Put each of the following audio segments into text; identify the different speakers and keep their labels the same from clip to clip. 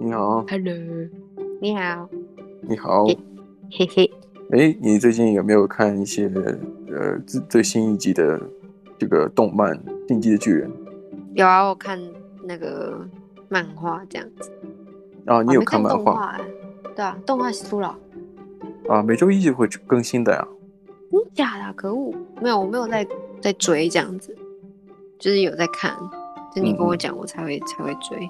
Speaker 1: 你好，
Speaker 2: Hello，你好，
Speaker 1: 你好，
Speaker 2: 嘿嘿，
Speaker 1: 哎，你最近有没有看一些呃最最新一季的这个动漫《进击的巨人》
Speaker 2: 有啊，我看那个漫画这样子。
Speaker 1: 啊？你
Speaker 2: 哦
Speaker 1: 有
Speaker 2: 没
Speaker 1: 看漫
Speaker 2: 动
Speaker 1: 画
Speaker 2: 画、啊？对啊，动画出了哦，
Speaker 1: 啊？每周一就会更新的呀。
Speaker 2: 真假的啊、可恶，没有，我没有在在追这样子，就是有在看，就你跟我
Speaker 1: 嗯嗯
Speaker 2: 讲，我才会、才会追。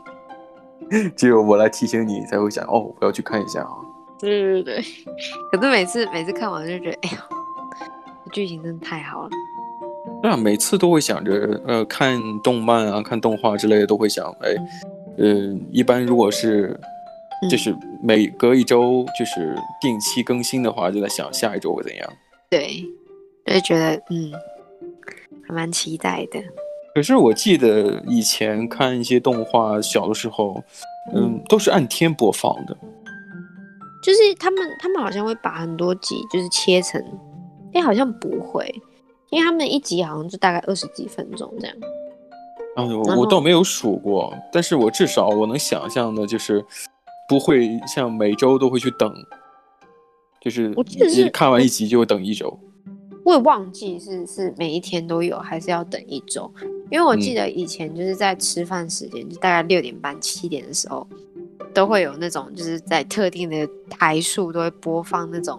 Speaker 1: 只有我来提醒你，才会想哦，我要去看一下啊。
Speaker 2: 对对对， 可是每次每次看完就觉得，哎呀，剧情真的太好了。
Speaker 1: 对啊，每次都会想着，呃，看动漫啊、看动画之类的，都会想，哎，呃，一般如果是
Speaker 2: 嗯
Speaker 1: 就是每隔一周就是定期更新的话，就在想下一周会怎样。
Speaker 2: 对，就觉得嗯，还蛮期待的。
Speaker 1: 可是我记得以前看一些动画，小的时候，嗯，都是按天播放的。
Speaker 2: 就是他们他们好像会把很多集就是切成，哎、好像不会，因为他们一集好像就大概二十几分钟这样。
Speaker 1: 哎呦，
Speaker 2: 然
Speaker 1: 我
Speaker 2: 后
Speaker 1: 倒没有数过，但是我至少我能想象的，就是不会像每周都会去等，就是
Speaker 2: 我记得
Speaker 1: 一
Speaker 2: 是
Speaker 1: 看完一集就会等一周。
Speaker 2: 我也忘记是是每一天都有，还是要等一周，因为我记得以前就是在吃饭时间，就大概六点半七点的时候，都会有那种就是在特定的台数都会播放那种，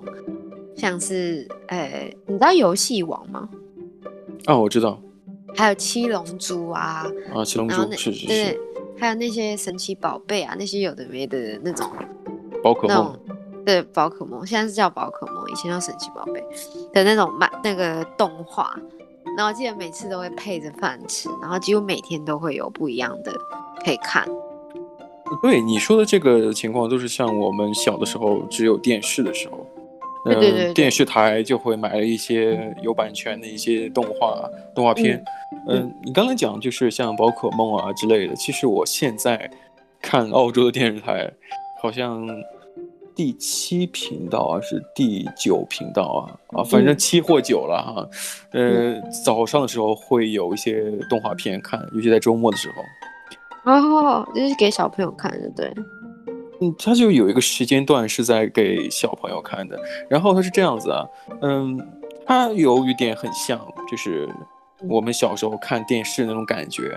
Speaker 2: 像是呃，你知道游戏王吗？
Speaker 1: 啊，我知道
Speaker 2: 还有七龙珠啊，
Speaker 1: 啊，七龙
Speaker 2: 然后
Speaker 1: 珠
Speaker 2: 那
Speaker 1: 是是
Speaker 2: 对
Speaker 1: 是，，
Speaker 2: 还有那些神奇宝贝啊，那些有的没的那种
Speaker 1: 宝可
Speaker 2: 那
Speaker 1: 梦
Speaker 2: 种，对宝可梦，现在是叫宝可梦，以前叫神奇宝贝的那种漫那个动画。然后我记得每次都会配着饭吃，然后几乎每天都会有不一样的可以看。
Speaker 1: 对你说的这个情况，都是像我们小的时候只有电视的时候，
Speaker 2: 对
Speaker 1: 嗯、
Speaker 2: 对对对
Speaker 1: 电视台就会买了一些有版权的一些动画动画片。嗯、
Speaker 2: 嗯
Speaker 1: 你刚才讲就是像宝可梦啊之类的，其实我现在看澳洲的电视台，好像第七频道啊是第九频道啊啊，反正
Speaker 2: 嗯
Speaker 1: 七或九了哈、呃，早上的时候会有一些动画片看，尤其在周末的时候。
Speaker 2: 哦，就是给小朋友看的，对。
Speaker 1: 嗯，它就有一个时间段是在给小朋友看的，然后它是这样子啊，嗯，它有一点很像，就是我们小时候看电视那种感觉。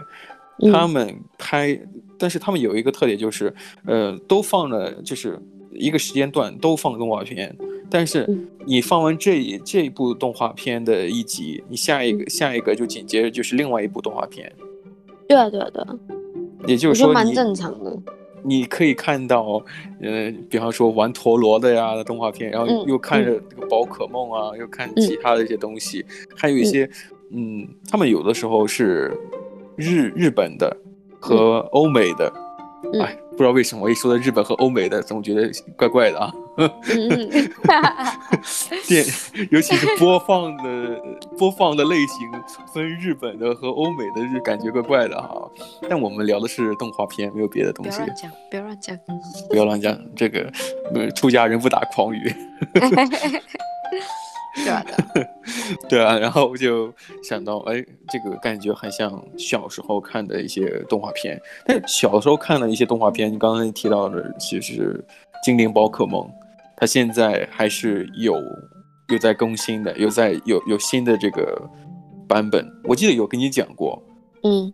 Speaker 2: 嗯
Speaker 1: 他们拍，但是他们有一个特点就是，呃，都放了，就是一个时间段都放动画片，但是
Speaker 2: 嗯
Speaker 1: 你放完这一这一部动画片的一集，你下一
Speaker 2: 嗯
Speaker 1: 个下一个就紧接着就是另外一部动画片，
Speaker 2: 对啊，对啊，对啊，
Speaker 1: 也就
Speaker 2: 我
Speaker 1: 是
Speaker 2: 觉
Speaker 1: 说
Speaker 2: 得蛮
Speaker 1: 你
Speaker 2: 正常 的。
Speaker 1: 你可以看到，呃，比方说玩陀螺的呀动画片，然后
Speaker 2: 嗯
Speaker 1: 又看着这个宝可梦啊，又看其他的一些东西，还有一些，嗯，他们有的时候是日日本的和欧美的，
Speaker 2: 嗯
Speaker 1: 哎，不知道为什么我一说到日本和欧美的，总觉得怪怪 的啊。
Speaker 2: 嗯嗯嗯，
Speaker 1: 电，尤其是播放的播放的类型分日本的和欧美的，就感觉怪怪的哈、但我们聊的是动画片，没有别的东
Speaker 2: 不要
Speaker 1: 西。
Speaker 2: 乱讲，不要乱讲。
Speaker 1: 不要乱讲，这个呃，出家人不打诳语，
Speaker 2: 对啊，对啊，
Speaker 1: 对啊。然后我就想到，哎，这个感觉很像小时候看的一些动画片。但是小时候看的一些动画片，你刚才提到的，其实是《精灵宝可梦》，它现在还是有有在更新的，有在有有新的这个版本。我记得有跟你讲过，
Speaker 2: 嗯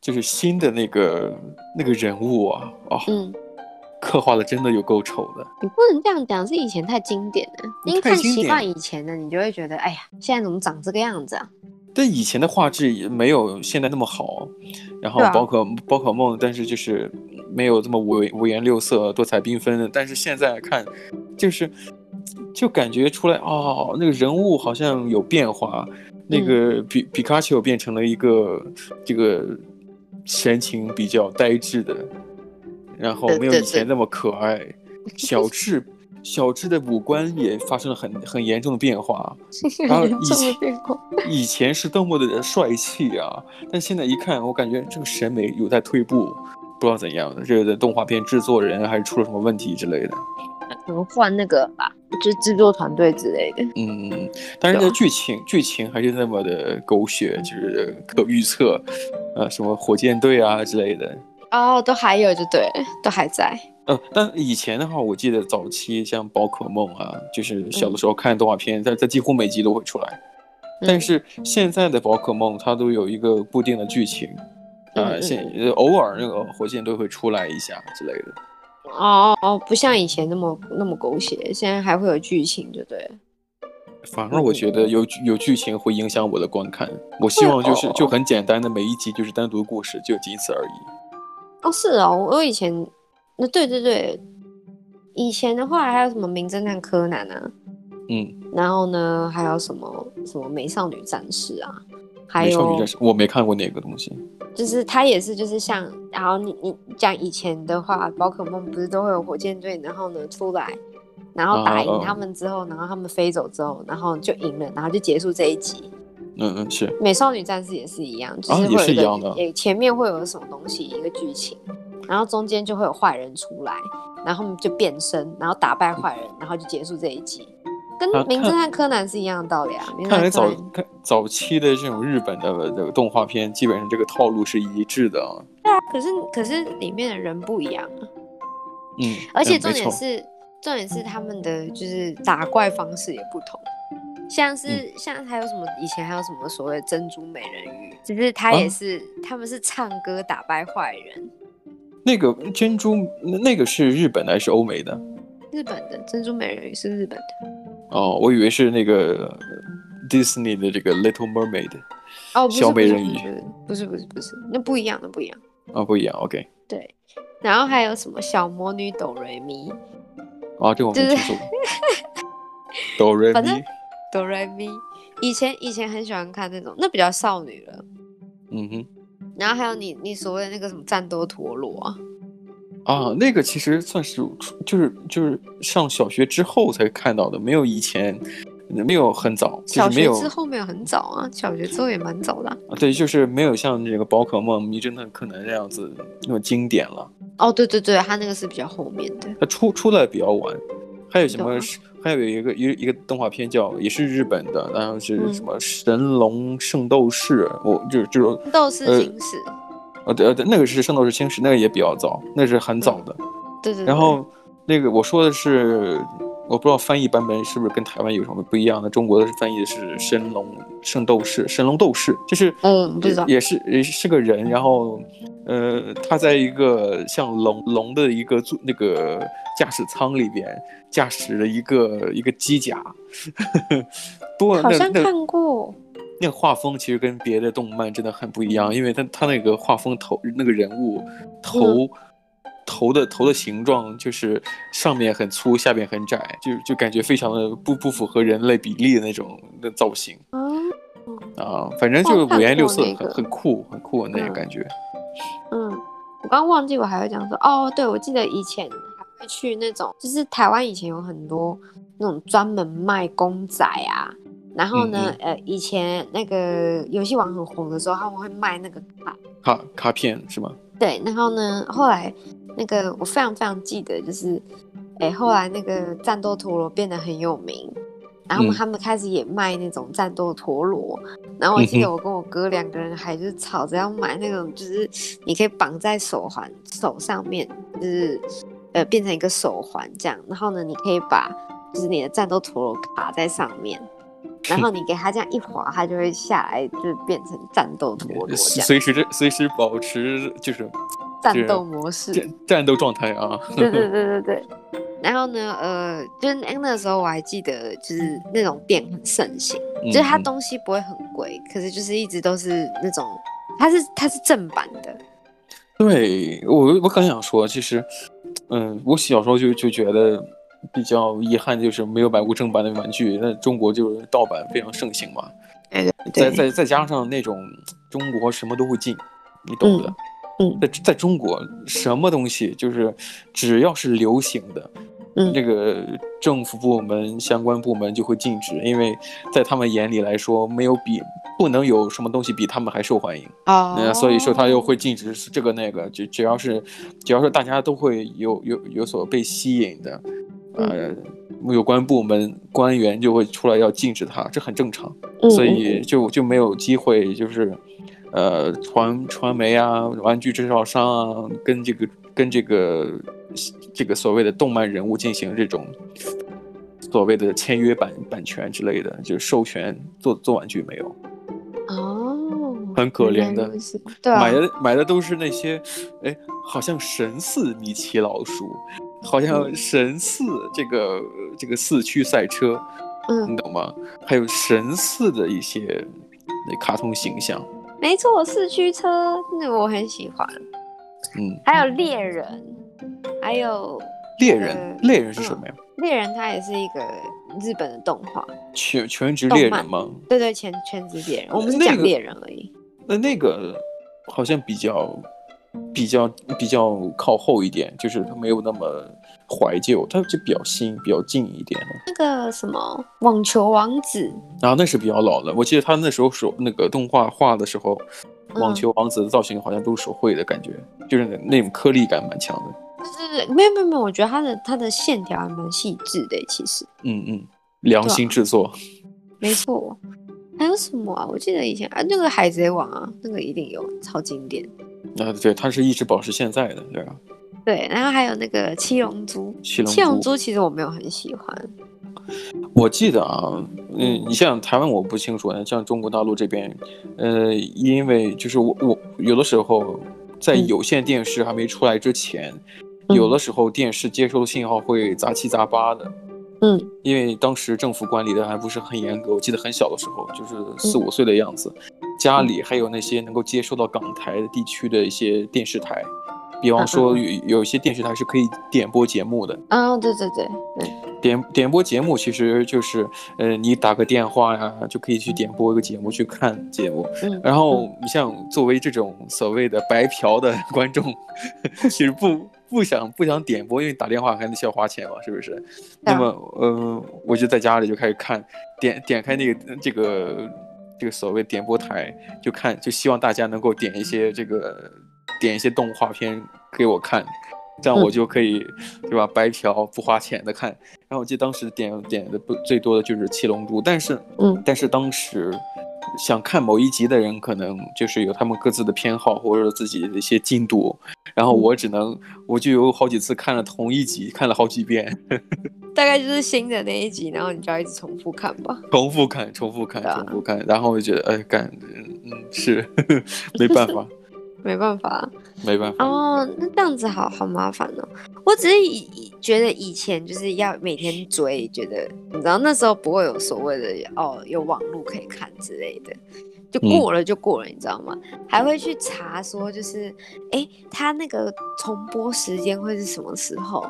Speaker 1: 就是新的那个那个人物啊，哦，
Speaker 2: 嗯，
Speaker 1: 刻画的真的有够丑的。
Speaker 2: 你不能这样讲，是以前太经典了。因为
Speaker 1: 太
Speaker 2: 看
Speaker 1: 经
Speaker 2: 习
Speaker 1: 典
Speaker 2: 惯
Speaker 1: 了
Speaker 2: 以前的，你就会觉得，哎呀，现在怎么长这个样子啊？
Speaker 1: 但以前的画质也没有现在那么好，然后
Speaker 2: 对啊
Speaker 1: 宝可、宝可梦，但是就是没有这么五五颜六色、多彩缤纷的。但是现在看，就是就感觉出来哦，那个人物好像有变化，那
Speaker 2: 嗯
Speaker 1: 个比皮卡丘变成了一个这个神情比较呆滞的，然后
Speaker 2: 对
Speaker 1: 没有
Speaker 2: 对
Speaker 1: 以前
Speaker 2: 对
Speaker 1: 那么可爱。 小智小智的五官也发生了很很严重的变化。 然后
Speaker 2: 严
Speaker 1: 啊以
Speaker 2: 重的
Speaker 1: 前
Speaker 2: 变 化。
Speaker 1: 以前是多么的帅气啊，但现在一看，我感觉这个审美有在退步，不知道怎样的，这个动画片制作人还是出了什么问题之类的。
Speaker 2: 可能换那个吧，就是制作团队之类的。
Speaker 1: 嗯，但是
Speaker 2: 对
Speaker 1: 这
Speaker 2: 啊
Speaker 1: 剧情剧情还是那么的狗血，就是可预测，呃，什么火箭队啊之类的。
Speaker 2: 哦，都还有就对了，都还在。
Speaker 1: 呃，但以前的话，我记得早期像宝可梦啊，就是小
Speaker 2: 嗯
Speaker 1: 的时候看动画片，它它几乎每集都会出来。
Speaker 2: 嗯
Speaker 1: 但是现在的宝可梦，它都有一个固定的剧情，
Speaker 2: 嗯
Speaker 1: 啊，
Speaker 2: 嗯
Speaker 1: 现呃偶尔那个火箭队会出来一下之类的。
Speaker 2: 哦哦，不像以前那么那么狗血，现在还会有剧情，就对了。
Speaker 1: 反而我觉
Speaker 2: 嗯
Speaker 1: 得有有剧情会影响我的观看，我希望就是
Speaker 2: 哦
Speaker 1: 就很简单的每一集就是单独故事，就仅此而已。
Speaker 2: 哦，是哦，我以前，那对对对，以前的话还有什么名侦探柯南啊，
Speaker 1: 嗯，
Speaker 2: 然后呢还有什么什么美少女战士啊，还
Speaker 1: 美少女
Speaker 2: 有
Speaker 1: 战士我没看过那个东西。
Speaker 2: 就是它也是就是像，然后你你讲以前的话，宝可梦不是都会有火箭队，然后呢出来，然后打
Speaker 1: 哦
Speaker 2: 赢
Speaker 1: 哦
Speaker 2: 他们之后，然后他们飞走之后，然后就赢了，然后就结束这一集。
Speaker 1: 嗯嗯是
Speaker 2: 美少女战士也是一样，就
Speaker 1: 啊
Speaker 2: 是
Speaker 1: 也
Speaker 2: 会有
Speaker 1: 是一
Speaker 2: 个
Speaker 1: 样的
Speaker 2: 诶前面会有什么东西一个剧情，然后中间就会有坏人出来，然后他们就变身，然后打败坏人，然后就结束这一集，跟
Speaker 1: 啊
Speaker 2: 名侦
Speaker 1: 看
Speaker 2: 探柯南是一样的道理啊。名侦
Speaker 1: 看来
Speaker 2: 探柯
Speaker 1: 早
Speaker 2: 南
Speaker 1: 看早期的这种日本的这个动画片，基本上这个套路是一致的啊。
Speaker 2: 对啊，可是可是里面的人不一样啊，
Speaker 1: 嗯，
Speaker 2: 而且
Speaker 1: 嗯
Speaker 2: 重点，
Speaker 1: 没错
Speaker 2: 是、重点是他们的就是打怪方式也不同。像是、
Speaker 1: 嗯
Speaker 2: 像还有什么以前还有什么所谓的珍珠美人鱼，只是他
Speaker 1: 啊
Speaker 2: 也是、他们是唱歌打败坏人，
Speaker 1: 那个珍珠那那个是日本的还是欧美的？
Speaker 2: 日本的珍珠美人鱼是日本的
Speaker 1: 哦，我以为是那个呃 Disney 的这个 Little Mermaid
Speaker 2: 哦，不是
Speaker 1: 小
Speaker 2: 不是
Speaker 1: 美人鱼
Speaker 2: 不是不是不是不是，那不一样的不一样。
Speaker 1: 啊，不一样。OK，
Speaker 2: 对，然后还有什么小魔女哆瑞咪，
Speaker 1: 啊，这我没
Speaker 2: 就
Speaker 1: 听
Speaker 2: 是
Speaker 1: 说 过。哆瑞
Speaker 2: 反
Speaker 1: 咪，
Speaker 2: 正哆瑞咪，以前以前很喜欢看那种，那比较少女了。
Speaker 1: 嗯哼。
Speaker 2: 然后还有你你所谓的那个什么战斗陀螺啊，
Speaker 1: 啊，那个其实算是初就是就是上小学之后才看到的，没有以前，没有很早，就
Speaker 2: 小
Speaker 1: 是没
Speaker 2: 学
Speaker 1: 有
Speaker 2: 之后没有很早啊，小学之后也蛮早的啊、
Speaker 1: 啊对，就是没有像这个宝可梦、迷侦探柯南这样子那么经典了。
Speaker 2: 哦，对对对，它那个是比较后面的。
Speaker 1: 它出出来比较晚，还有什
Speaker 2: 懂
Speaker 1: 么
Speaker 2: 啊
Speaker 1: 是？还有一个一个一个动画片叫也是日本的，然后是
Speaker 2: 嗯
Speaker 1: 什么《神龙圣斗士》我就是就是
Speaker 2: 斗士
Speaker 1: 呃
Speaker 2: 星矢，
Speaker 1: 呃对呃对，那个是《圣斗士星矢》，那个也比较早，那是很早的。
Speaker 2: 对对对。
Speaker 1: 然后那个我说的是，我不知道翻译版本是不是跟台湾有什么不一样的，中国的翻译的是《神龙圣斗士》，《神龙斗士》就是
Speaker 2: 嗯不知道
Speaker 1: 也是也是个人，然后呃他在一个像龙龙的一个座那个驾驶舱里边驾驶了一个一个机甲， 不过
Speaker 2: 好
Speaker 1: 那
Speaker 2: 像
Speaker 1: 那
Speaker 2: 看过，
Speaker 1: 那个画风其实跟别的动漫真的很不一
Speaker 2: 嗯
Speaker 1: 样，因为他他那个画风头那个人物头、头的头的形状就是上面很粗，下面很窄，就就感觉非常的不不符合人类比例的那种的造型
Speaker 2: 啊，
Speaker 1: 啊，反正就是
Speaker 2: 哦看
Speaker 1: 五颜六
Speaker 2: 过
Speaker 1: 色，
Speaker 2: 那个
Speaker 1: 很很酷很酷的那种感觉。
Speaker 2: 嗯，我刚忘记我还会讲说，哦，对，我记得以前还会去那种，就是台湾以前有很多那种专门卖公仔啊，然后呢，
Speaker 1: 嗯
Speaker 2: 呃，以前那个游戏王很红的时候，他们会卖那个卡，
Speaker 1: 卡卡片是吗？
Speaker 2: 对，然后呢，后来那个我非常非常记得，就是，哎，后来那个战斗陀螺变得很有名，然后
Speaker 1: 嗯
Speaker 2: 他们开始也卖那种战斗陀螺，然后我记
Speaker 1: 嗯
Speaker 2: 得我跟我哥两个人还就是吵着要买那种，就是你可以绑在手环手上面，就是呃变成一个手环这样，然后呢，你可以把就是你的战斗陀螺卡在上面。然后你给它这样一滑，它就会下来，就变成战斗陀 螺这样，
Speaker 1: 随时这随时保持就是
Speaker 2: 战斗模式。
Speaker 1: 战战斗状态啊。
Speaker 2: 对对对对对。然后呢，呃，就是那那时候我还记得，就是那种店很盛行，就是它
Speaker 1: 嗯
Speaker 2: 东西不会很贵，可是就是一直都是那种，它是它是正版的，
Speaker 1: 对我，我刚想说，其实，嗯，我小时候就就觉得比较遗憾，就是没有买过正版的玩具。那中国就是盗版非常盛行嘛，
Speaker 2: 哎
Speaker 1: 再再再加上那种中国什么都会进，你懂的。
Speaker 2: 嗯嗯
Speaker 1: 在在中国，什么东西就是只要是流行的，
Speaker 2: 嗯
Speaker 1: 这个政府部门相关部门就会禁止，因为在他们眼里来说，没有比不能有什么东西比他们还受欢迎。
Speaker 2: 哦、
Speaker 1: 嗯，所以说他又会禁止这个那个，只只要是，只要是大家都会有有有所被吸引的，
Speaker 2: 嗯
Speaker 1: 呃，有关部门官员就会出来要禁止它，这很正常，
Speaker 2: 嗯，
Speaker 1: 所以就就没有机会，就是，呃，传传媒啊，玩具制造商啊，跟这个跟这个这个所谓的动漫人物进行这种所谓的签约版版权之类的，就是授权做做玩具没有，
Speaker 2: 哦，
Speaker 1: 很可怜的
Speaker 2: 原来如此，对啊，
Speaker 1: 买的买的都是那些，哎，好像神似米奇老鼠，好
Speaker 2: 嗯
Speaker 1: 像神似这个这个四驱赛车，
Speaker 2: 嗯，
Speaker 1: 你懂吗？还有神似的一些那卡通形象，
Speaker 2: 没错，四驱车那个我很喜欢，
Speaker 1: 嗯，
Speaker 2: 还有猎人，还有
Speaker 1: 猎人、
Speaker 2: 呃
Speaker 1: 猎人是什么呀？
Speaker 2: 猎人，它也是一个日本的动画，
Speaker 1: 全全职猎人吗？
Speaker 2: 对对，全全职猎人，我们是
Speaker 1: 那
Speaker 2: 讲
Speaker 1: 个
Speaker 2: 猎人而已。
Speaker 1: 那那个好像比较比较比较靠后一点，就是它没有那么怀旧，它就比较新、比较近一点。
Speaker 2: 那个什么网球王子，
Speaker 1: 然后那是比较老了，我记得他那时候手那个动画画的时候，
Speaker 2: 嗯
Speaker 1: 网球王子的造型好像都是手绘的感觉，就是那那种颗粒感蛮强的。
Speaker 2: 对对对，没有没有没有，我觉得它的它的线条还蛮细致的，欸其实
Speaker 1: 嗯嗯，良心
Speaker 2: 啊
Speaker 1: 制作。
Speaker 2: 没错。还有什么啊？我记得以前啊，那个海贼王啊，那个一定有，超经典。
Speaker 1: 啊，对，他是一直保持现在的，对吧？
Speaker 2: 对，然后还有那个七龙珠，
Speaker 1: 七龙珠
Speaker 2: 七龙珠其实我没有很喜欢，
Speaker 1: 我记得啊，嗯，你像台湾我不清楚啊，像中国大陆这边，呃，因为就是我我有的时候在
Speaker 2: 嗯
Speaker 1: 有线电视还没出来之前，
Speaker 2: 嗯
Speaker 1: 有的时候电视接收的信号会杂七杂八的，
Speaker 2: 嗯，
Speaker 1: 因为当时政府管理的还不是很严格，我记得很小的时候，就是四五岁的样子，家里还有那些能够接收到港台地区的一些电视台，比方说有有一些电视台是可以点播节目的，
Speaker 2: 啊，对对对对，
Speaker 1: 点点播节目其实就是，呃，你打个电话呀，就可以去点播一个节目去看节目。
Speaker 2: 嗯，
Speaker 1: 然后你像作为这种所谓的白嫖的观众， 其实不不想不想点播，因为打电话还得需要花钱嘛，是不是？那么，
Speaker 2: 啊
Speaker 1: 呃，我就在家里就开始看，点点开那个这个这个所谓点播台，就看，就希望大家能够点一些这个点一些动画片给我看，这
Speaker 2: 嗯
Speaker 1: 样我就可以、对吧？白嫖不花钱的看。然后我记得当时点点的不最多的就是《七龙珠》，但是
Speaker 2: 嗯
Speaker 1: 但是当时想看某一集的人，可能就是有他们各自的偏好或者自己的一些进度，然后我只能我就有好几次看了同一集，看了好几遍，
Speaker 2: 大概就是新的那一集，然后你就要一直重复看吧。
Speaker 1: 重复看，重复看，
Speaker 2: 对啊
Speaker 1: 重复看，然后我就觉得哎，感嗯嗯是没办法，
Speaker 2: 没办法啊
Speaker 1: 没办法，
Speaker 2: 哦，那这样子好好麻烦哦。我只是以以觉得以前就是要每天追，觉得你知道那时候不会有所谓的哦有网络可以看之类的，就
Speaker 1: 嗯
Speaker 2: 过了就过了，你知道吗？还会去查说就是哎、诶它那个重播时间会是什么时候？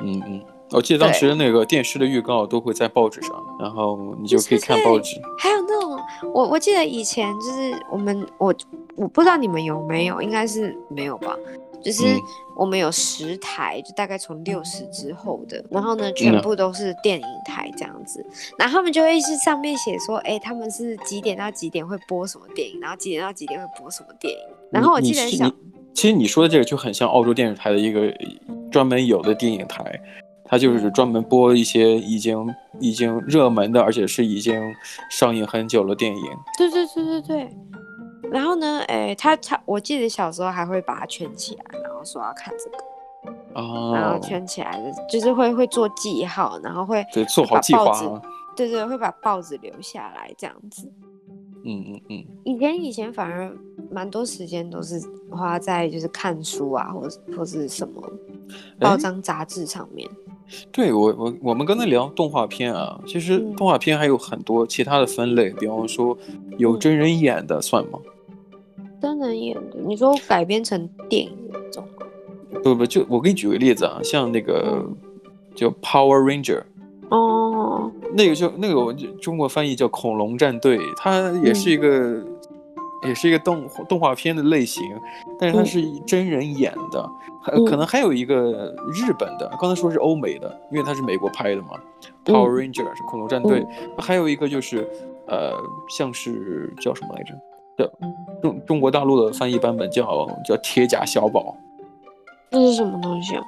Speaker 1: 嗯嗯。我记得当时那个电视的预告都会在报纸上，然后你就可以看报纸。
Speaker 2: 还有那种，我我记得以前就是我们我我不知道你们有没有，应该是没有吧。就是
Speaker 1: 嗯
Speaker 2: 我们有十台，就大概从六十之后的，然后呢，
Speaker 1: 嗯
Speaker 2: 全
Speaker 1: 啊
Speaker 2: 部都是电影台这样子，然后他们就会是上面写说，哎、他们是几点到几点会播什么电影，然后几点到几点会播什么电影，然后我
Speaker 1: 你
Speaker 2: 记得
Speaker 1: 你
Speaker 2: 小
Speaker 1: 你其实你说的这个就很像澳洲电视台的一个专门有的电影台，它就是专门播一些已经已经热门的，而且是已经上映很久了电影。
Speaker 2: 对对对对对。然后呢，哎、他他，我记得小时候还会把它圈起来，然后说要看这个。啊然后
Speaker 1: 哦，
Speaker 2: 圈起来的，就是会会做记号，然后会
Speaker 1: 对，做好
Speaker 2: 把
Speaker 1: 计划
Speaker 2: 报纸
Speaker 1: 啊。
Speaker 2: 对对，会把报纸留下来这样子。
Speaker 1: 嗯嗯嗯，
Speaker 2: 以前以前反而蛮多时间都是花在就是看书啊，或或是什么报
Speaker 1: 哎
Speaker 2: 章杂志上面。
Speaker 1: 对我我我们刚才聊动画片啊，其实
Speaker 2: 嗯
Speaker 1: 动画片还有很多其他的分类，比方说有
Speaker 2: 嗯
Speaker 1: 真人演的算吗？
Speaker 2: 真人演的，你说改编成电影那种，
Speaker 1: 不不，就我给你举个例子啊，像那个
Speaker 2: 嗯
Speaker 1: 叫 Power Ranger，
Speaker 2: 哦，
Speaker 1: 那个就那个我就中国翻译叫恐龙战队，它也是一
Speaker 2: 嗯
Speaker 1: 个、也是一个动动画片的类型，但是它
Speaker 2: 嗯
Speaker 1: 是以真人演的，还、
Speaker 2: 嗯
Speaker 1: 可能还有一个日本的，刚才说是欧美的，因为它是美国拍的嘛。
Speaker 2: 嗯
Speaker 1: Power Ranger 是恐龙战队，还有一个就是呃，像是叫什么来着？叫中中国大陆的翻译版本叫叫铁甲小宝。
Speaker 2: 那是什么东西啊？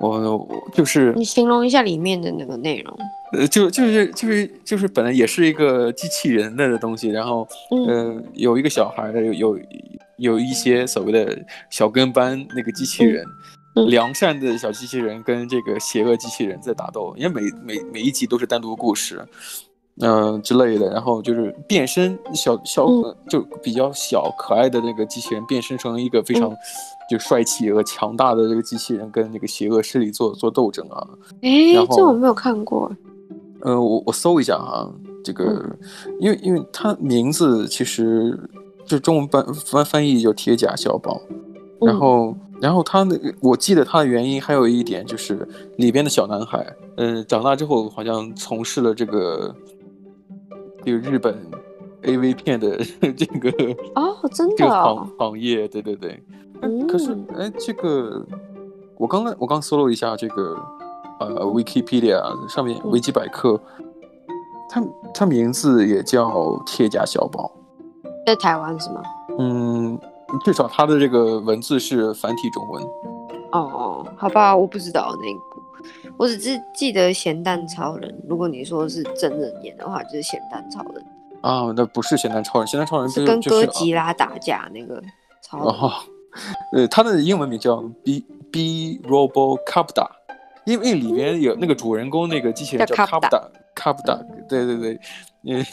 Speaker 1: 我我就是
Speaker 2: 你形容一下里面的那个内容。
Speaker 1: 呃，就就是就是就是本来也是一个机器人类的东西，然后
Speaker 2: 嗯
Speaker 1: 呃，有一个小孩儿有有有一些所谓的小跟班那个机器人，
Speaker 2: 嗯
Speaker 1: 良善的小机器人跟这个邪恶机器人在打斗，因为每每每一集都是单独故事，嗯、之类的。然后就是变身小小、
Speaker 2: 嗯
Speaker 1: 就比较小可爱的那个机器人变身成一个非
Speaker 2: 嗯
Speaker 1: 常就帅气和强大的这个机器人，跟那个邪恶势力做做斗争啊。
Speaker 2: 哎、
Speaker 1: 然后
Speaker 2: 这我没有看过。
Speaker 1: 呃，我我搜一下哈，这个，因为因为它名字其实就中文翻翻翻译就铁甲小宝，
Speaker 2: 嗯
Speaker 1: 然后然后他那个我记得他的原因还有一点就是里边的小男孩，嗯、长大之后好像从事了这个，这个日本 A V 片的 这个
Speaker 2: 哦，真
Speaker 1: 这
Speaker 2: 的
Speaker 1: 个
Speaker 2: 哦
Speaker 1: 行，行业，对对对。哎
Speaker 2: 嗯
Speaker 1: 可是哎，这个我刚才我刚搜了一下这个呃 Wikipedia 上面
Speaker 2: 嗯
Speaker 1: 维基百科，它它名字也叫铁甲小宝，
Speaker 2: 在台湾是吗？
Speaker 1: 嗯，至少它的这个文字是繁体中文。
Speaker 2: 哦哦，好吧，我不知道那个，我只是记得咸蛋超人。如果你说是真人演的话，就是咸蛋超人，
Speaker 1: 啊，那不是咸蛋超人，咸蛋超人不
Speaker 2: 是跟
Speaker 1: 就
Speaker 2: 哥
Speaker 1: 是啊
Speaker 2: 吉拉打架那个超人。
Speaker 1: 哦，呃，它的英文名叫 B B Robo Capta，因为里面有那个主人公那个机器人
Speaker 2: 叫
Speaker 1: 叫
Speaker 2: Capta
Speaker 1: Capta Capta，对对对，嗯，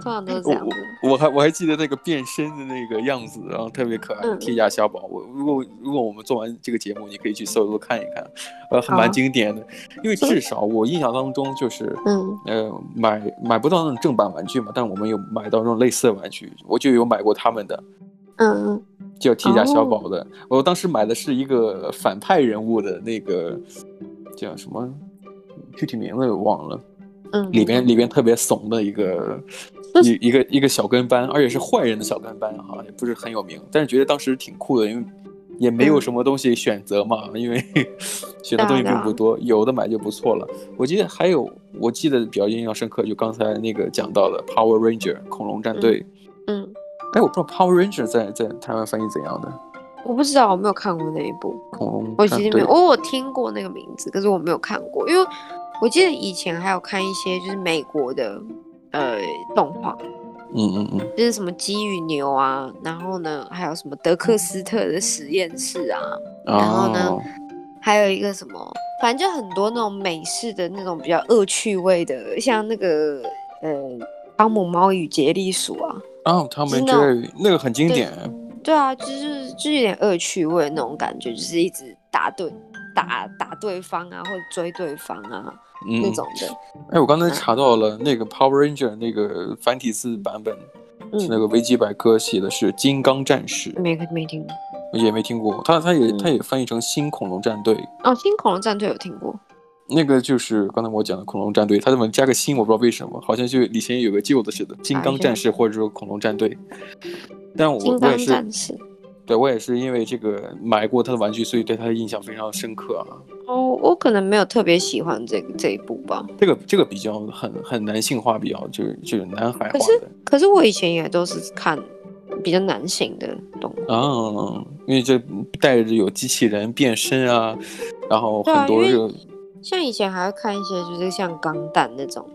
Speaker 2: 通常都是这
Speaker 1: 我
Speaker 2: 样子。
Speaker 1: 我我还我还记得那个变身的那个样子，然后特别可爱，
Speaker 2: 嗯
Speaker 1: 铁甲小宝。我如果如果我们做完这个节目，你可以去搜搜看一看，呃，还蛮
Speaker 2: 好
Speaker 1: 经典的。因为至少我印象当中就是，
Speaker 2: 嗯，
Speaker 1: 呃，买买不到那种正版玩具嘛，但我们有买到那种类似的玩具，我就有买过他们的，
Speaker 2: 嗯嗯，
Speaker 1: 叫铁甲小
Speaker 2: 哦
Speaker 1: 宝的。我当时买的是一个反派人物的那个叫什么，具体名字我忘了。
Speaker 2: 嗯，
Speaker 1: 里边里边特别怂的一个一一个一个小跟班，而且是坏人的小跟班啊哈，也不是很有名，但是觉得当时挺酷的，因为也没有
Speaker 2: 嗯
Speaker 1: 什么东西选择嘛，因 为选
Speaker 2: 对
Speaker 1: 的
Speaker 2: 啊
Speaker 1: 东西
Speaker 2: 对
Speaker 1: 并
Speaker 2: 啊
Speaker 1: 不多，有的买就不错了。我记得还有，我记得比较印象深刻，就刚才那个讲到的 Power Ranger 恐龙战队。
Speaker 2: 嗯，
Speaker 1: 哎，我不知道 Power Ranger 在在台湾翻译怎样的
Speaker 2: 我不知道，我没有看过那一部。
Speaker 1: 恐龙
Speaker 2: 我
Speaker 1: 战
Speaker 2: 其实没
Speaker 1: 队
Speaker 2: 有，我有听过那个名字，可是我没有看过，因为我记得以前还有看一些就是美国的呃动画，
Speaker 1: 嗯嗯嗯，
Speaker 2: 就是什么鸡与牛啊，然后呢还有什么德克斯特的实验室啊，然后呢
Speaker 1: 哦
Speaker 2: 还有一个什么，反正就很多那种美式的那种比较恶趣味的，像那个呃汤姆猫与杰利鼠啊，
Speaker 1: 啊，他们
Speaker 2: 是那种
Speaker 1: 这那个很经
Speaker 2: 对
Speaker 1: 典，嗯
Speaker 2: 对啊，就是就是有点恶趣味那种感觉，就是一直打对打打对方啊，或者追对方啊。
Speaker 1: 嗯
Speaker 2: 那
Speaker 1: 嗯
Speaker 2: 种的，
Speaker 1: 哎，我刚才
Speaker 2: 嗯
Speaker 1: 查到了那个 Power Ranger 那个繁体字版本，是那
Speaker 2: 嗯，
Speaker 1: 个维基百科写的是《金刚战士》，
Speaker 2: 没没听过。
Speaker 1: 也没听过。它它也
Speaker 2: 嗯
Speaker 1: 它也翻译成《新恐龙战队》，
Speaker 2: 哦，听恐龙战队有听过，
Speaker 1: 那个就是刚才我讲的恐龙战队，它怎么加个新？我不知道为什么，好像就以前有个旧的似的，《金刚战士》或者说恐龙战队。但我
Speaker 2: 啊金
Speaker 1: 我
Speaker 2: 刚
Speaker 1: 也是
Speaker 2: 战，士。
Speaker 1: 对我也是因为这个买过他的玩具，所以对他的印象非常深刻啊。
Speaker 2: 哦，我可能没有特别喜欢这个这一部吧。
Speaker 1: 这个这个比较很很男性化，比较就是就是男孩化
Speaker 2: 可是
Speaker 1: 的。
Speaker 2: 可是我以前也都是看比较男性的动画。
Speaker 1: 啊，因为这带着有机器人变身啊，然后
Speaker 2: 对啊
Speaker 1: 很多
Speaker 2: 因
Speaker 1: 这
Speaker 2: 为
Speaker 1: 个
Speaker 2: 像以前还会看一些，就是像钢弹那种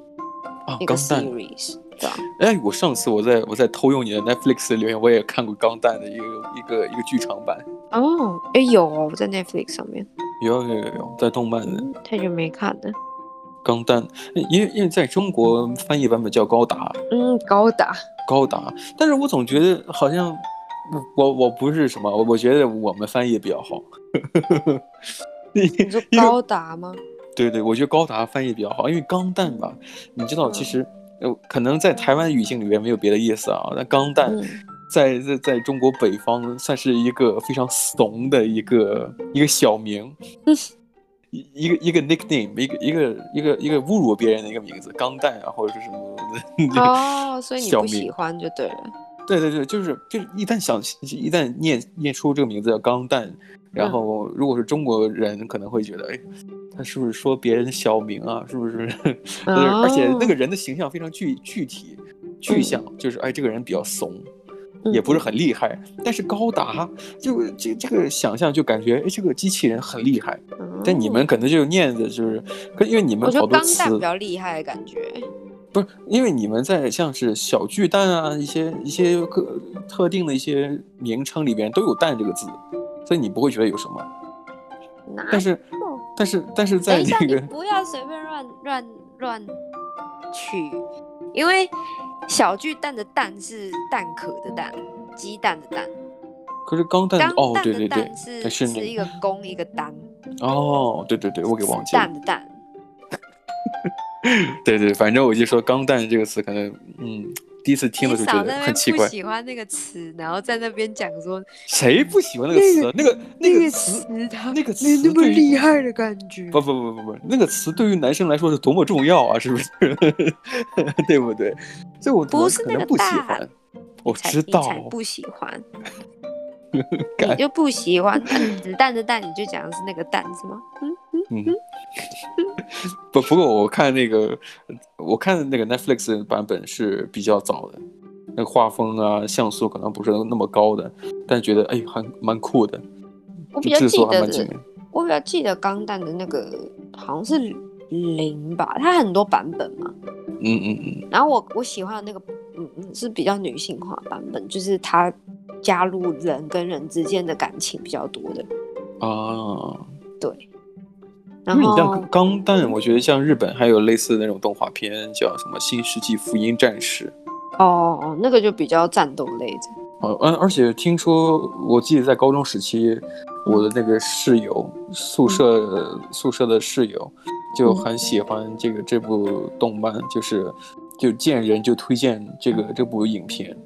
Speaker 1: 啊
Speaker 2: 那个
Speaker 1: 钢弹。
Speaker 2: series，对吧、啊
Speaker 1: 哎，我上次我在我在偷用你的 Netflix 的留言，我也看过钢弹的一个一个一个剧场版，
Speaker 2: 哦，哎、有哦，在 Netflix 上面，
Speaker 1: 有有有有，在动漫的
Speaker 2: 嗯太久没看了。
Speaker 1: 钢弹，因为因为在中国翻译版本叫高达
Speaker 2: 嗯，高达，
Speaker 1: 高达，但是我总觉得好像我我不是什么，我我觉得我们翻译比较好。
Speaker 2: 你 说高达吗？
Speaker 1: 对对，我觉得高达翻译比较好，因为钢弹吧，你知道，
Speaker 2: 嗯
Speaker 1: 其实呃，可能在台湾语境里面没有别的意思啊，但钢弹
Speaker 2: 嗯
Speaker 1: 在在在中国北方算是一个非常怂的一个一个小名，
Speaker 2: 嗯
Speaker 1: 一一个一个 nickname，一个一个一个一个侮辱别人的一个名字，钢弹啊，或者是什么的。
Speaker 2: 哦，所以你
Speaker 1: 小
Speaker 2: 不喜
Speaker 1: 明
Speaker 2: 欢就对了。
Speaker 1: 对对对，就是就是一旦想一旦念念出这个名字叫钢弹，
Speaker 2: 嗯
Speaker 1: 然后如果是中国人可能会觉得，哎，他是不是说别人的小名啊？是不是？ 就是而且那个
Speaker 2: 哦
Speaker 1: 人的形象非常具具体、
Speaker 2: 嗯
Speaker 1: 具象，就是哎，这个人比较怂，也不是很厉害。但是高达就这这个想象就感觉，哎，这个机器人很厉害。
Speaker 2: 嗯。
Speaker 1: 但你
Speaker 2: 哦
Speaker 1: 们可能就念的就是，可因为你们
Speaker 2: 我觉
Speaker 1: 好
Speaker 2: 得
Speaker 1: 多
Speaker 2: 钢弹
Speaker 1: 词
Speaker 2: 比较厉害的感觉。
Speaker 1: 不是，因为你们在像是小巨蛋啊，一些一些个特定的一些名称里边都有“蛋”这个字，所以你不会觉得有什么。
Speaker 2: 哪
Speaker 1: 但是
Speaker 2: 有
Speaker 1: 但是但是
Speaker 2: 啊哦等
Speaker 1: 在
Speaker 2: 一下，
Speaker 1: 那
Speaker 2: 你
Speaker 1: 个
Speaker 2: 不要随便乱乱乱取，因为小巨蛋的蛋是蛋壳的蛋，鸡蛋的蛋，
Speaker 1: 可是钢蛋
Speaker 2: 钢
Speaker 1: 哦
Speaker 2: 蛋
Speaker 1: 对
Speaker 2: 的
Speaker 1: 对对
Speaker 2: 蛋
Speaker 1: 是
Speaker 2: 是、
Speaker 1: 那
Speaker 2: 一个公一个单，
Speaker 1: 哦对对对我给忘记了
Speaker 2: 蛋的蛋。
Speaker 1: 对对反正我就说钢蛋这个词可能嗯第一次听
Speaker 2: 你
Speaker 1: 的时候觉
Speaker 2: 嫂
Speaker 1: 得
Speaker 2: 在那
Speaker 1: 很奇
Speaker 2: 边不
Speaker 1: 怪，
Speaker 2: 喜欢那个词，然后在那边讲说
Speaker 1: 谁不喜欢那个词啊？那个那个词
Speaker 2: 词它
Speaker 1: 那个词
Speaker 2: 没那么
Speaker 1: 对于
Speaker 2: 厉害的感觉。
Speaker 1: 不不不不不，那个词对于男生来说是多么重要啊，是不是？ 对不对？所以我
Speaker 2: 不
Speaker 1: 我
Speaker 2: 是
Speaker 1: 可
Speaker 2: 那
Speaker 1: 能
Speaker 2: 个
Speaker 1: 不喜
Speaker 2: 大
Speaker 1: 欢，我
Speaker 2: 才
Speaker 1: 知
Speaker 2: 你
Speaker 1: 道
Speaker 2: 才不喜 欢，你就不喜欢那子弹的弹，你就讲的是那个蛋是吗？嗯，
Speaker 1: 不不过我看那个，我看那个 Netflix 版本是比较早的，那个画风啊像素可能不是那么高的，但觉得哎还蛮酷的，
Speaker 2: 我比
Speaker 1: 就
Speaker 2: 较
Speaker 1: 制
Speaker 2: 记
Speaker 1: 作还
Speaker 2: 得
Speaker 1: 蛮精
Speaker 2: 的
Speaker 1: 良。
Speaker 2: 我比较记得钢弹的那个好像是零吧，它很多版本嘛。
Speaker 1: 嗯嗯嗯，
Speaker 2: 然后我我喜欢的那个，嗯嗯，是比较女性化的版本，就是它加入人跟人之间的感情比较多的。
Speaker 1: 啊，
Speaker 2: 对，
Speaker 1: 因
Speaker 2: 然
Speaker 1: 为你
Speaker 2: 后
Speaker 1: 像钢弹，我觉得像日本还有类似的那种动画片，叫什么《新世纪福音战士》。
Speaker 2: 哦哦，那个就比较战斗类的。
Speaker 1: 呃，而而且听说，我记得在高中时期，我的那个室友，宿舍宿舍的室友，就
Speaker 2: 嗯
Speaker 1: 很喜欢这个这部动漫，就是就见人就推荐这个这部影片，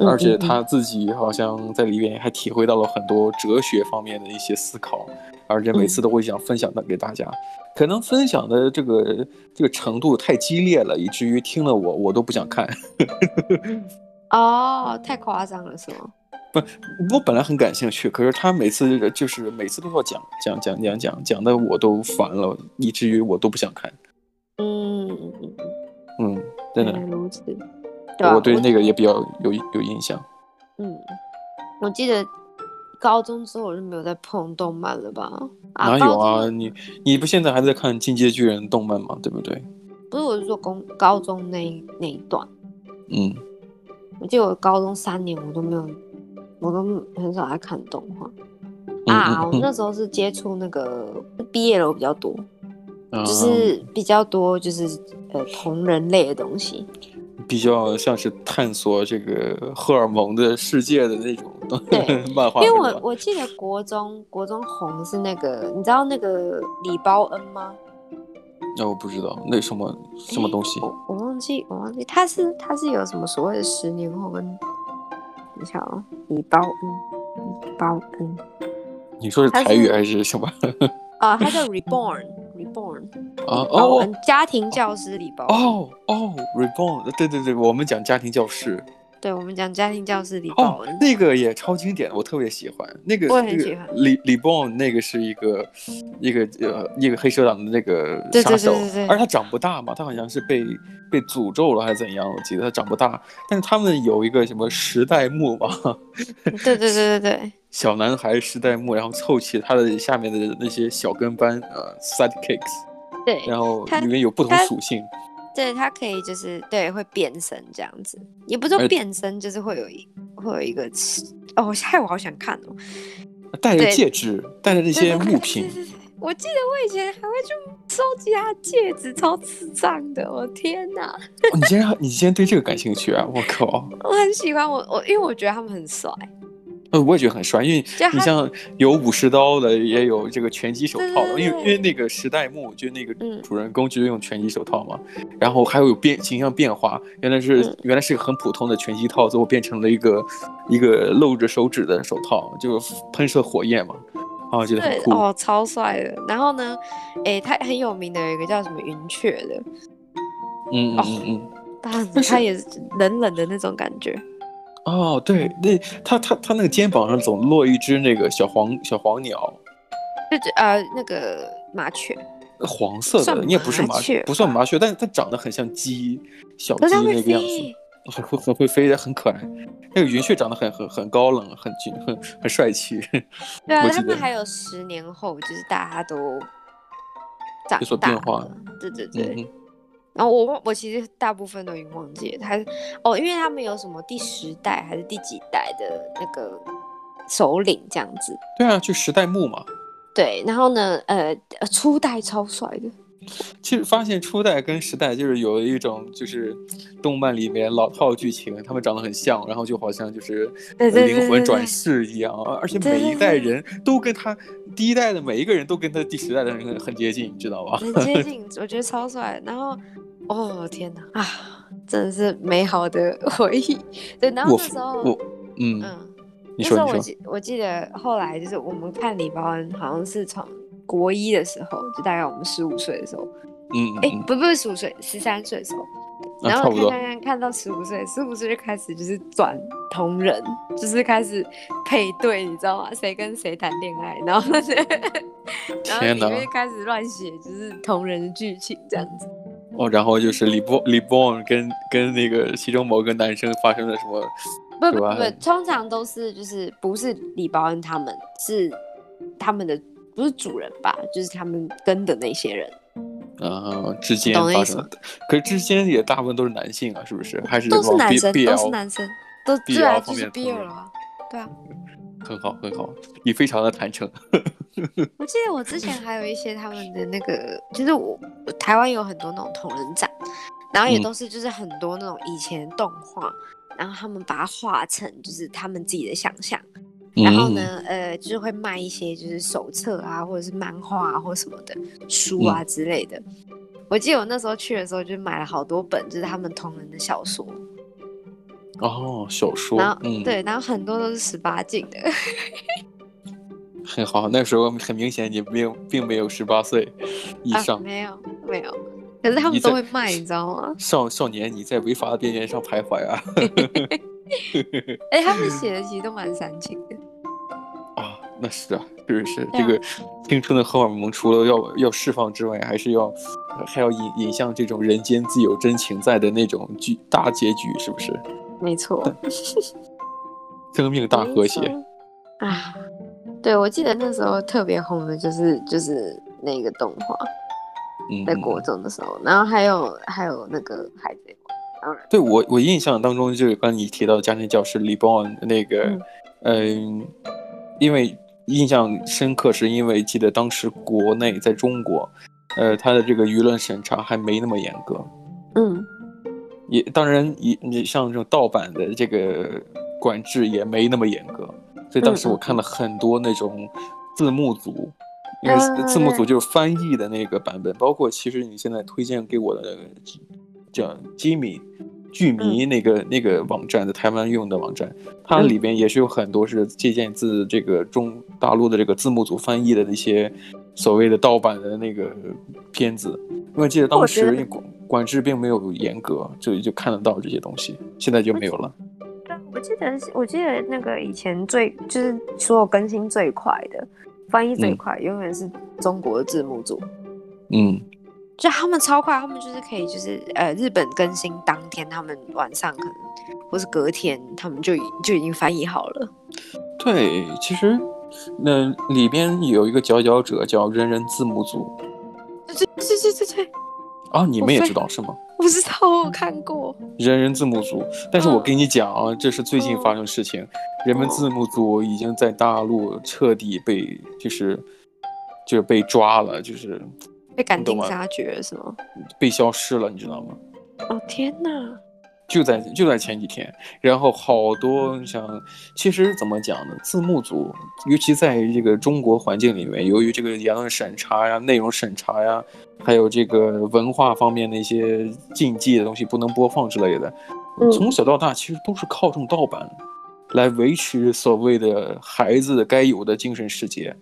Speaker 2: 嗯
Speaker 1: 而且
Speaker 2: 嗯嗯
Speaker 1: 他自己好像在里面还体会到了很多哲学方面的一些思考，而且每
Speaker 2: 嗯
Speaker 1: 次都会想分享的给大家，可能分享的这个这个程度太激烈了，以至于听了我我都不想看。
Speaker 2: 哦，太夸张了，是吗？
Speaker 1: 我本来很感兴趣，可是他每次就是每次都要讲讲讲讲讲讲的我都烦了，以至于我都不想看。
Speaker 2: 嗯，嗯嗯嗯
Speaker 1: 嗯，真
Speaker 2: 原
Speaker 1: 的
Speaker 2: 来，如此。对啊，
Speaker 1: 我对
Speaker 2: 我
Speaker 1: 那个也比较有有印象。
Speaker 2: 嗯，我记得高中之后我就没有再碰动漫了吧？
Speaker 1: 哪有
Speaker 2: 高
Speaker 1: 啊？
Speaker 2: 中
Speaker 1: 你你不现在还在看《进阶巨人》动漫吗？对不对？
Speaker 2: 不是，我是说公高中那一那一段，
Speaker 1: 嗯，
Speaker 2: 我记得我高中三年我都没有，我都很少爱看动画、
Speaker 1: 嗯
Speaker 2: 啊。
Speaker 1: 嗯
Speaker 2: 我那时候是接触那个毕业楼比较多，
Speaker 1: 嗯
Speaker 2: 就是比较多就是呃同人类的东西。
Speaker 1: 嗯比较像是探索这个荷尔蒙的世界的那种
Speaker 2: 对
Speaker 1: 漫画，
Speaker 2: 因为
Speaker 1: 是
Speaker 2: 我
Speaker 1: 吧
Speaker 2: 我记得国中国中红是那个，你知道那个李包恩吗？
Speaker 1: 那我不知道那什么什么东西
Speaker 2: 我我忘记我忘记，他是他是有什么所谓的十年后跟，你想哦，李包恩，李包恩，
Speaker 1: 你说是
Speaker 2: 它是
Speaker 1: 台语还是什么
Speaker 2: 啊，他叫 Reborn，Reborn，
Speaker 1: 啊？
Speaker 2: 包
Speaker 1: 哦
Speaker 2: 恩家庭教师李包恩，
Speaker 1: 哦哦，Reborn，对对对，我们讲家庭教室。
Speaker 2: 对我们讲家庭教师李包
Speaker 1: 哦
Speaker 2: 恩，，
Speaker 1: 那个也超经典，我特别喜欢。那个
Speaker 2: 我也很
Speaker 1: 那个
Speaker 2: 喜欢
Speaker 1: 李李 b 那个是一个一个呃一个黑手党的那个
Speaker 2: 对对
Speaker 1: 杀手，
Speaker 2: 对对对
Speaker 1: 而他长不大嘛，他好像是被被诅咒了还是怎样，我记得他长不大。但是他们有一个什么时代木吧，
Speaker 2: 对对对对对，
Speaker 1: 小男孩时代木，然后凑齐他的下面的那些小跟班呃 sidekicks，
Speaker 2: 对
Speaker 1: 然后
Speaker 2: 他
Speaker 1: 里面有不同
Speaker 2: 他
Speaker 1: 属性。
Speaker 2: 对，他可以就是对会变身这样子，也不是说
Speaker 1: 哎
Speaker 2: 变身，就是会有一会有一个哦，害我好想看哦，
Speaker 1: 戴着
Speaker 2: 对
Speaker 1: 戒指，戴着那些
Speaker 2: 对对对
Speaker 1: 物品
Speaker 2: 对，对对我记得我以前还会去收集他的戒指，超智障的！我天哪，
Speaker 1: 哦你竟然你竟然对这个感兴趣啊！我靠！
Speaker 2: 我很喜欢我我，因为我觉得他们很帅。
Speaker 1: 呃，我也觉得很帅，因为
Speaker 2: 他
Speaker 1: 你像有武士刀的，也有这个拳击手套的，
Speaker 2: 对对对
Speaker 1: 因为因为那个时代木就那个
Speaker 2: 嗯
Speaker 1: 主人公就用拳击手套嘛，然后还有变形象变化，原来是、
Speaker 2: 嗯
Speaker 1: 原来是个很普通的拳击套，最后变成了一个一个露着手指的手套，就是喷射火焰嘛，啊，觉得很
Speaker 2: 对
Speaker 1: 酷。
Speaker 2: 哦，超帅的。然后呢，诶，他很有名的有一个叫什么云雀的，
Speaker 1: 嗯
Speaker 2: 哦
Speaker 1: 嗯嗯
Speaker 2: 他
Speaker 1: 但是
Speaker 2: 他也是冷冷的那种感觉。
Speaker 1: 嗯，哦，对，那他他他那个肩膀上总落一只那个小黄小黄鸟，
Speaker 2: 就是呃那个麻雀，
Speaker 1: 黄色
Speaker 2: 算
Speaker 1: 的，你也不是
Speaker 2: 麻
Speaker 1: 麻
Speaker 2: 雀
Speaker 1: 不算麻雀，但是它长得很像鸡，小鸡
Speaker 2: 可是它
Speaker 1: 那
Speaker 2: 会
Speaker 1: 个样子。
Speaker 2: 飞。
Speaker 1: 很会很会飞的，很可爱。那个云雀长得很很很高冷，很俊，很很帅气。
Speaker 2: 对啊
Speaker 1: 我，记
Speaker 2: 他
Speaker 1: 得
Speaker 2: 们还有十年后，就是大家都长
Speaker 1: 有所
Speaker 2: 大
Speaker 1: 变化
Speaker 2: 了。对对对。
Speaker 1: 嗯，
Speaker 2: 然后我忘，我其实大部分都已经忘记了，他哦，因为他们有什么第十代还是第几代的那个首领这样子，
Speaker 1: 对啊，就时代木嘛。
Speaker 2: 对，然后呢，呃，呃初代超帅的，
Speaker 1: 其实发现初代跟时代就是有一种就是动漫里面老套剧情，他们长得很像，然后就好像就是呃
Speaker 2: 对对对
Speaker 1: 灵魂
Speaker 2: 对
Speaker 1: 转
Speaker 2: 对
Speaker 1: 世一样，啊而而且
Speaker 2: 对
Speaker 1: 每
Speaker 2: 对
Speaker 1: 一代
Speaker 2: 对
Speaker 1: 人都跟他第一代的每一个人都跟他第十代的人很接近，你知道吧？
Speaker 2: 很接近，我觉得超帅。然后，哦天哪啊，真的是美好的回忆。对，然后
Speaker 1: 我
Speaker 2: 那时候，
Speaker 1: 我嗯，
Speaker 2: 嗯，
Speaker 1: 你
Speaker 2: 那时
Speaker 1: 说
Speaker 2: 候
Speaker 1: 你
Speaker 2: 我
Speaker 1: 说，
Speaker 2: 记我记得后来就是我们看李保恩，好像是从国一的时候，就大概我们十五岁的时候，
Speaker 1: 嗯
Speaker 2: 哎、
Speaker 1: 嗯
Speaker 2: 不不是十五岁，十三岁的时候，
Speaker 1: 嗯，
Speaker 2: 然
Speaker 1: 啊，差
Speaker 2: 后
Speaker 1: 不
Speaker 2: 看
Speaker 1: 多
Speaker 2: 看看看到十五岁，十五岁就开始就是转同人，就是开始配对，你知道吗？谁跟谁谈恋爱，然后 然后
Speaker 1: 天
Speaker 2: 里
Speaker 1: 哪
Speaker 2: 面开始乱写就是同人的剧情这样子。
Speaker 1: 哦，然后就是李波李波跟跟那个其中某个男生发生了什么？对
Speaker 2: 不
Speaker 1: 啊
Speaker 2: 不
Speaker 1: 吧
Speaker 2: 不，通常都是就是不是李保恩他们，是他们的不是主人吧，就是他们跟的那些人，
Speaker 1: 啊，之间
Speaker 2: 懂那
Speaker 1: 发
Speaker 2: 意思
Speaker 1: 生
Speaker 2: 吗
Speaker 1: 的，可是之间也大部分都是男性啊，是不是？还是
Speaker 2: 都是
Speaker 1: 往
Speaker 2: 男
Speaker 1: B-
Speaker 2: 生，都是
Speaker 1: BL
Speaker 2: 男生，都
Speaker 1: BL
Speaker 2: 对啊，就
Speaker 1: 方
Speaker 2: 是
Speaker 1: 面同
Speaker 2: BL
Speaker 1: 人
Speaker 2: 了啊，对啊。
Speaker 1: 很好，很好，你非常的坦诚。
Speaker 2: 我记得我之前还有一些他们的那个，就是我我台湾有很多那种同人展，然后也
Speaker 1: 嗯
Speaker 2: 都是就是很多那种以前的动画，然后他们把它画成就是他们自己的想象， 然后
Speaker 1: 嗯
Speaker 2: 呢，呃，就是会卖一些就是手册啊，或者是漫画啊，或什么的书啊
Speaker 1: 嗯
Speaker 2: 之类的。我记得我那时候去的时候，就买了好多本，就是他们同人的小说，
Speaker 1: 嗯？哦，小说
Speaker 2: 然后、，
Speaker 1: 嗯，，
Speaker 2: 对，然后很多都是十八禁的，
Speaker 1: 很好。那时候很明显你没有，并没有十八岁以
Speaker 2: 啊、
Speaker 1: 上。
Speaker 2: 没有没有，可是他
Speaker 1: 你
Speaker 2: 们都
Speaker 1: 在
Speaker 2: 会卖，你知道 吗？
Speaker 1: 少少年，你在违法的边缘上徘徊啊！
Speaker 2: 哎、他们写的其实都蛮煽情的，
Speaker 1: 啊，那是啊，是是，
Speaker 2: 对
Speaker 1: 这
Speaker 2: 啊
Speaker 1: 个青春的荷尔蒙除了要要释放之外，还是要还要引引向这种人间自有真情在的那种剧大结局，是不是？
Speaker 2: 没错，
Speaker 1: 生命大
Speaker 2: 没
Speaker 1: 和谐
Speaker 2: 错。啊！对，我记得那时候特别红的就是就是那个动画，
Speaker 1: 嗯，
Speaker 2: 在
Speaker 1: 嗯
Speaker 2: 国中的时候，然后还有还有那个海贼王，当然
Speaker 1: 对我我印象当中，就是刚你提到的家庭教师李邦恩那个，嗯、因为印象深刻，是因为记得当时国内在中国，呃，他的这个舆论审查还没那么严格，
Speaker 2: 嗯，
Speaker 1: 也当然也你像这种盗版的这个管制也没那么严格，所以当时
Speaker 2: 嗯嗯
Speaker 1: 我看了很多那种字幕组，因为
Speaker 2: 啊
Speaker 1: 字幕组
Speaker 2: 对
Speaker 1: 就是翻译的那个版本，包括其实你现在推荐给我的叫吉米
Speaker 2: 嗯
Speaker 1: 剧迷那个、那个网站的台湾用的网站，它
Speaker 2: 嗯
Speaker 1: 里边也是有很多是借鉴自这个中大陆的这个字幕组翻译的那些所谓的盗版的那个片子，因为记得当时
Speaker 2: 我觉得
Speaker 1: 因为管管制并没有严格，所以就看得到这些东西，现在就没有了。
Speaker 2: 对，我记得我记得那个以前最就是所有更新最快的，翻译最
Speaker 1: 嗯
Speaker 2: 快，永远是中国的字幕组，
Speaker 1: 嗯，
Speaker 2: 就他们超快，他们就是可以就是呃日本更新当天，他们晚上可能或是隔天，他们就已就已经翻译好了。
Speaker 1: 对，其实那里边有一个佼佼者叫人人字幕组
Speaker 2: 对对对对对，
Speaker 1: 啊，你们也
Speaker 2: 我非
Speaker 1: 知道是吗？
Speaker 2: 我知道，我有看过。
Speaker 1: 人人字幕组，但是我
Speaker 2: 嗯
Speaker 1: 跟你讲啊，这是最近发生的事情，人们字幕组已经在大陆彻底被就是就是被抓了，就是
Speaker 2: 被赶
Speaker 1: 你懂
Speaker 2: 尽
Speaker 1: 吗
Speaker 2: 杀绝了是吗？
Speaker 1: 被消失了，你知道吗？
Speaker 2: 哦天哪！
Speaker 1: 就在就在前几天，然后好多像，其实怎么讲呢？字幕组，尤其在这个中国环境里面，由于这个言论审查呀、内容审查呀，还有这个文化方面的一些禁忌的东西不能播放之类的，
Speaker 2: 嗯
Speaker 1: 从小到大其实都是靠这种盗版来维持所谓的孩子该有的精神世界。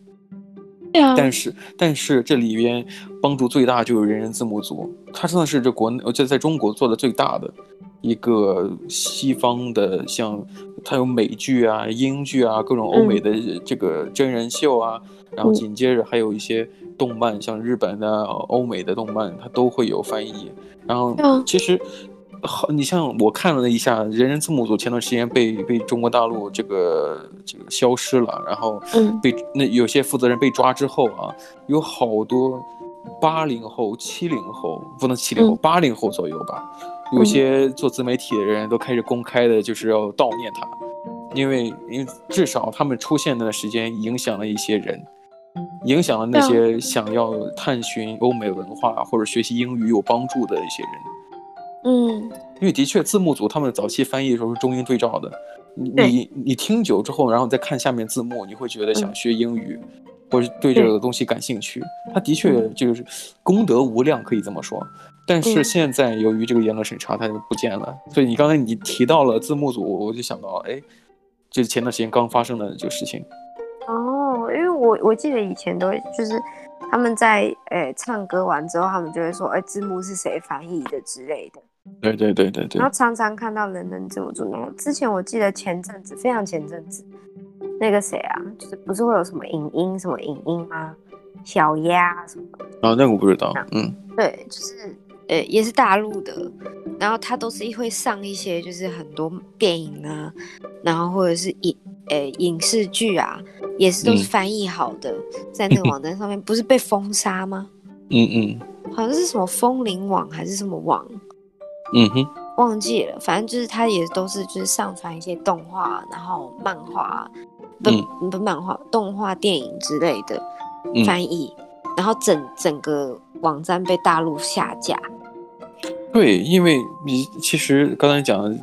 Speaker 2: 对啊
Speaker 1: 但是但是这里边帮助最大就是人人字幕组，它真的是这国内就在中国做的最大的一个西方的，像它有美剧啊、英剧啊，各种欧美的这个真人秀啊，然后
Speaker 2: 嗯
Speaker 1: 紧接着还有一些动漫，像日本的、呃欧美的动漫，它都会有翻译。然后
Speaker 2: 嗯
Speaker 1: 其实。好，你像我看了一下，人人字幕组前段时间被被中国大陆这个这个消失了，然后
Speaker 2: 嗯
Speaker 1: 被那有些负责人被抓之后啊，有好多八零后、七零后，不能七零后，
Speaker 2: 嗯
Speaker 1: 八零、后左右吧，有些做自媒体的人都开始公开的就是要悼念他，因为因为至少他们出现的时间影响了一些人，影响了那
Speaker 2: 啊
Speaker 1: 些想要探寻欧美文化或者学习英语有帮助的一些人。
Speaker 2: 嗯，
Speaker 1: 因为的确，字幕组他们早期翻译的时候是中英对照的，你
Speaker 2: 对
Speaker 1: 你你听久之后，然后再看下面字幕，你会觉得想学英语，或者是对这个东西感兴趣。他的确就是功德无量，可以这么说。但是
Speaker 2: 嗯
Speaker 1: 现在由于这个言论审查，它就不见了。所以你刚才你提到了字幕组，我就想到，哎，就是前段时间刚发生的这个事情。
Speaker 2: 哦，因为我我记得以前都会就是他们在诶、唱歌完之后，他们就会说，哎、字幕是谁翻译的之类的。
Speaker 1: 对对对对对
Speaker 2: 然后常常看到人人字幕组。然后之前我记得前阵子，非常前阵子，那个谁啊，就是不是会有什么影音什么影音吗？小鸭啊什么的，
Speaker 1: 啊，那个我不知道，嗯，
Speaker 2: 对，就是呃也是大陆的，然后它都是会上一些就是很多电影啊，然后或者是影呃影视剧啊，也是都是
Speaker 1: 嗯
Speaker 2: 翻译好的，在那个网站上面，不是被封杀吗？
Speaker 1: 嗯嗯
Speaker 2: 好像是什么风铃网还是什么网，
Speaker 1: 嗯哼，
Speaker 2: 忘记了，反正就是他也都是就是上传一些动画，然后漫画，不、不漫画，动画电影之类的
Speaker 1: 嗯
Speaker 2: 翻译，然后整整个网站被大陆下架。
Speaker 1: 对，因为你其实刚才讲的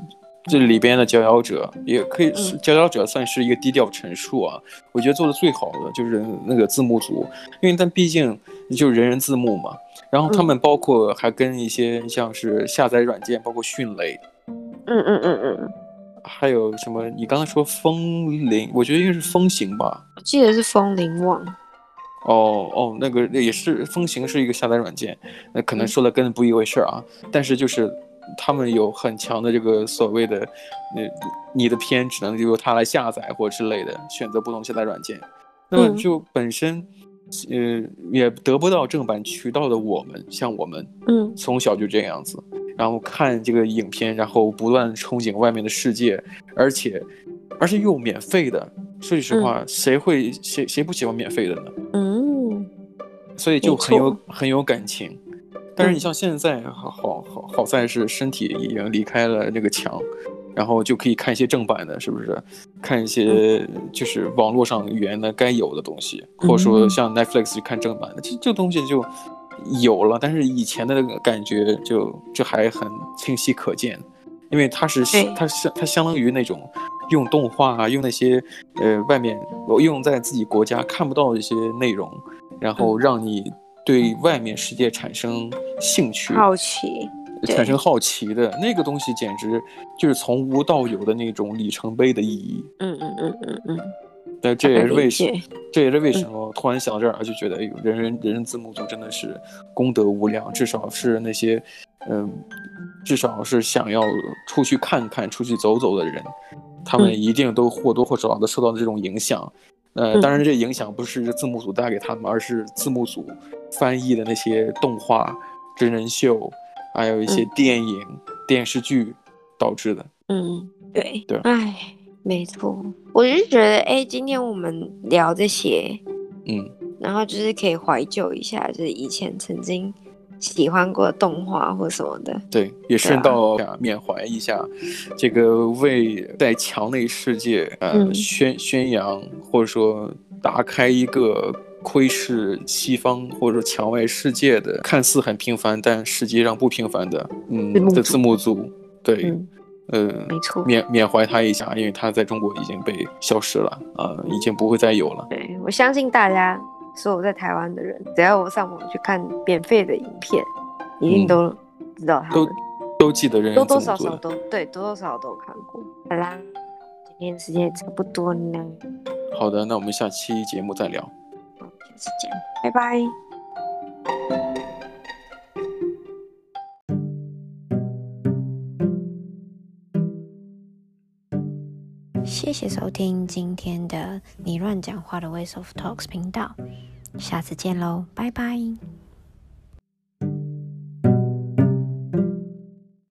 Speaker 1: 这里边的佼佼者，也可以是
Speaker 2: 嗯
Speaker 1: 佼佼者算是一个低调陈述啊。我觉得做的最好的就是那个字幕组，因为但毕竟就是人人字幕嘛，然后他们包括还跟一些像是下载软件，包括迅雷，
Speaker 2: 嗯嗯嗯嗯，
Speaker 1: 还有什么你刚才说风铃，我觉得应该是风行吧，
Speaker 2: 我记得是风铃网。
Speaker 1: 哦哦，那个那也是风行是一个下载软件，那可能
Speaker 2: 嗯
Speaker 1: 说的跟不一回事儿啊，但是就是他们有很强的这个所谓的，呃，你的片只能由他来下载或之类的，选择不同下载软件，那么
Speaker 2: 嗯
Speaker 1: 就本身，呃，也得不到正版渠道的我们，像我们
Speaker 2: 嗯
Speaker 1: 从小就这样子，然后看这个影片，然后不断憧憬外面的世界，而且而且又免费的，说句实话，谁会谁谁不喜欢免费的呢？
Speaker 2: 嗯，
Speaker 1: 所以就
Speaker 2: 没
Speaker 1: 很有
Speaker 2: 错
Speaker 1: 很有感情。但是你像现在，好好好好在是身体已经离开了这个墙，然后就可以看一些正版的，是不是？看一些就是网络上原来该有的东西，或者说
Speaker 2: 嗯
Speaker 1: 像 Netflix 去看正版的，这这东西就有了。但是以前的那个感觉就就还很清晰可见，因为它是
Speaker 2: 对
Speaker 1: 它是它相当于那种用动画啊，用那些呃外面我用在自己国家看不到的一些内容，
Speaker 2: 嗯
Speaker 1: 然后让你对外面世界产生兴趣，
Speaker 2: 好奇。对
Speaker 1: 产生好奇的那个东西，简直就是从无到有的那种里程碑的意义。
Speaker 2: 嗯嗯嗯嗯嗯，
Speaker 1: 那这也是为什
Speaker 2: 解。嗯
Speaker 1: 这也是为什么突然想到这儿，就觉得哎呦，人人人人字幕组真的是功德无量，至少是那些，嗯、至少是想要出去看看、出去走走的人，他们
Speaker 2: 嗯
Speaker 1: 一定都或多或少的受到这种影响。呃，
Speaker 2: 嗯
Speaker 1: 当然，这影响不是字幕组带给他们，而是字幕组翻译的那些动画、真人秀，还有一些
Speaker 2: 嗯
Speaker 1: 电影、电视剧导致的。
Speaker 2: 嗯，对
Speaker 1: 对
Speaker 2: 哎，没错，我就觉得，哎，今天我们聊这些，
Speaker 1: 嗯，
Speaker 2: 然后就是可以怀旧一下，就是以前曾经喜欢过的动画或什么的。
Speaker 1: 对，也顺
Speaker 2: 啊
Speaker 1: 道缅怀一下，这个为在墙内世界呃、
Speaker 2: 嗯
Speaker 1: 宣宣扬，或者说打开一个窥视西方或者说墙外世界的，看似很平凡，但实际上不平凡的，嗯
Speaker 2: 字幕
Speaker 1: 的
Speaker 2: 组
Speaker 1: 字幕组，对，
Speaker 2: 嗯，
Speaker 1: 嗯、
Speaker 2: 没错。
Speaker 1: 缅缅怀他一下，因为他在中国已经被消失了啊、已经不会再有了。
Speaker 2: 对，我相信大家所有在台湾的人，只要我上网去看免费的影片，一定
Speaker 1: 嗯
Speaker 2: 都知道他们，
Speaker 1: 都记得人人
Speaker 2: 多
Speaker 1: 字
Speaker 2: 多
Speaker 1: 幕
Speaker 2: 少
Speaker 1: 组
Speaker 2: 少
Speaker 1: 的，
Speaker 2: 都对，多多少少都有看过。好啦，今天时间也差不多了，
Speaker 1: 好的，那我们下期节目再聊。
Speaker 2: 我们下次见，拜拜。谢谢收听今天的你乱讲话的 Ways of Talks 频道，下次见喽，拜拜。